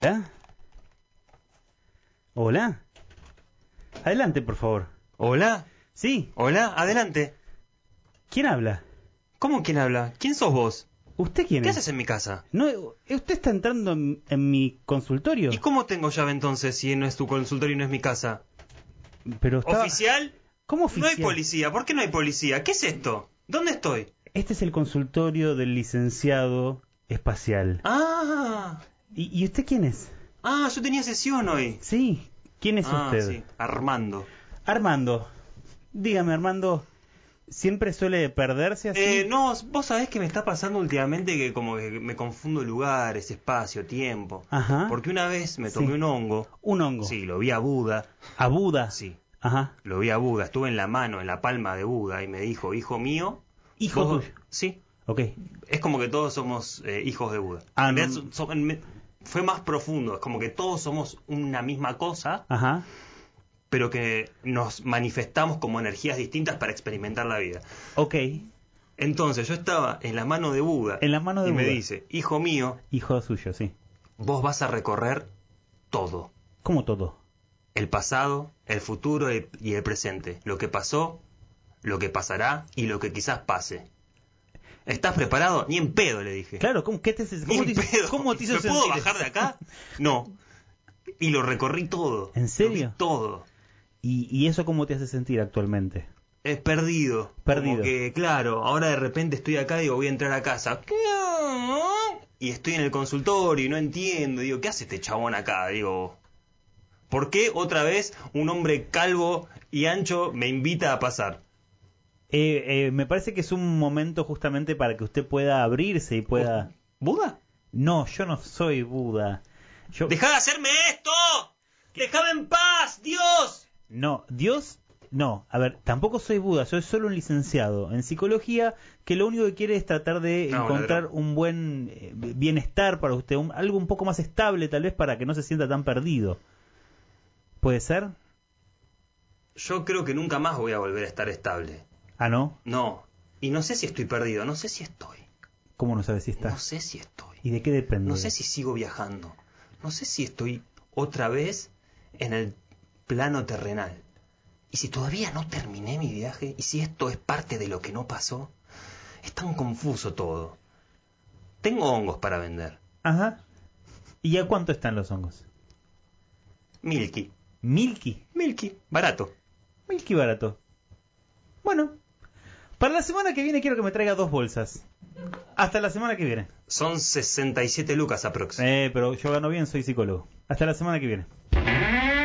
¿Está? ¿Hola? Adelante, por favor. Hola, Sí, hola, adelante. ¿quién habla? ¿Cómo quién habla? ¿Quién sos vos? ¿Usted quién ¿Qué es? haces en mi casa? No, eh, ¿Usted está entrando en, en mi consultorio? ¿Y cómo tengo llave entonces si no es tu consultorio y no es mi casa? Pero está... ¿Oficial? ¿Cómo oficial? No hay policía. ¿Por qué no hay policía? ¿Qué es esto? ¿Dónde estoy? Este es el consultorio del licenciado espacial. Ah, ¿Y, y usted quién es? ah, yo tenía sesión hoy. Sí, ¿quién es ah, usted? sí, Armando. Armando. Dígame, Armando, ¿siempre suele perderse así? Eh, no, vos sabés que me está pasando últimamente que como que me confundo lugares, espacio, tiempo. Ajá. Porque una vez me tomé Sí. un hongo. Un hongo. Sí, lo vi a Buda. A Buda. Sí, Ajá. lo vi a Buda. Estuve en la mano, en la palma de Buda y me dijo, hijo mío. Hijo vos- tuyo. Sí, Ok. es como que todos somos eh, hijos de Buda. Ah, En no. realidad so- so- en me- fue más profundo, es como que todos somos una misma cosa, Ajá. pero que nos manifestamos como energías distintas para experimentar la vida. Ok. Entonces yo estaba en la mano de Buda. En la mano de y Buda. me dice, hijo mío, Hijo suyo, sí. vos vas a recorrer todo. Como todo. El pasado, el futuro y y el presente. Lo que pasó, lo que pasará y lo que quizás pase. ¿Estás preparado? Ni en pedo, le dije. Claro, ¿cómo, qué te, Ni cómo te en hizo, pedo. cómo te hizo ¿Me puedo sentir? bajar de acá? No. Y lo recorrí todo. ¿En serio? Lo vi todo. ¿Y, ¿Y eso cómo te hace sentir actualmente? Es perdido. Perdido. Como que, claro, ahora de repente estoy acá y digo, voy a entrar a casa. Y estoy en el consultorio y no entiendo. Digo, ¿qué hace este chabón acá? Digo, ¿por qué otra vez un hombre calvo y ancho me invita a pasar? Eh, eh, me parece que es un momento justamente para que usted pueda abrirse y pueda... ¿Buda? No, yo no soy Buda. Yo... ¡Deja de hacerme esto! ¡Dejame en paz, Dios! No, Dios, no, a ver, tampoco soy Buda, soy solo un licenciado en psicología que lo único que quiere es tratar de No, encontrar ladrón. un buen eh, bienestar para usted, un- algo un poco más estable tal vez para que no se sienta tan perdido. ¿Puede ser? Yo creo que nunca más voy a volver a estar estable. Ah, no, No. Y no sé si estoy perdido, no sé si estoy. ¿cómo no sabe si está? No sé si estoy. ¿Y de qué depende? No sé si sigo viajando. No sé si estoy otra vez en el plano terrenal. Y si todavía no terminé mi viaje, y si esto es parte de lo que no pasó, es tan confuso todo. Tengo hongos para vender. Ajá. ¿Y a cuánto están los hongos? Milky. Milky. Milky. Barato. Milky barato. Bueno, para la semana que viene quiero que me traiga dos bolsas. Hasta la semana que viene. Son 67 lucas aproximadamente. Eh, pero yo gano bien, soy psicólogo. Hasta la semana que viene.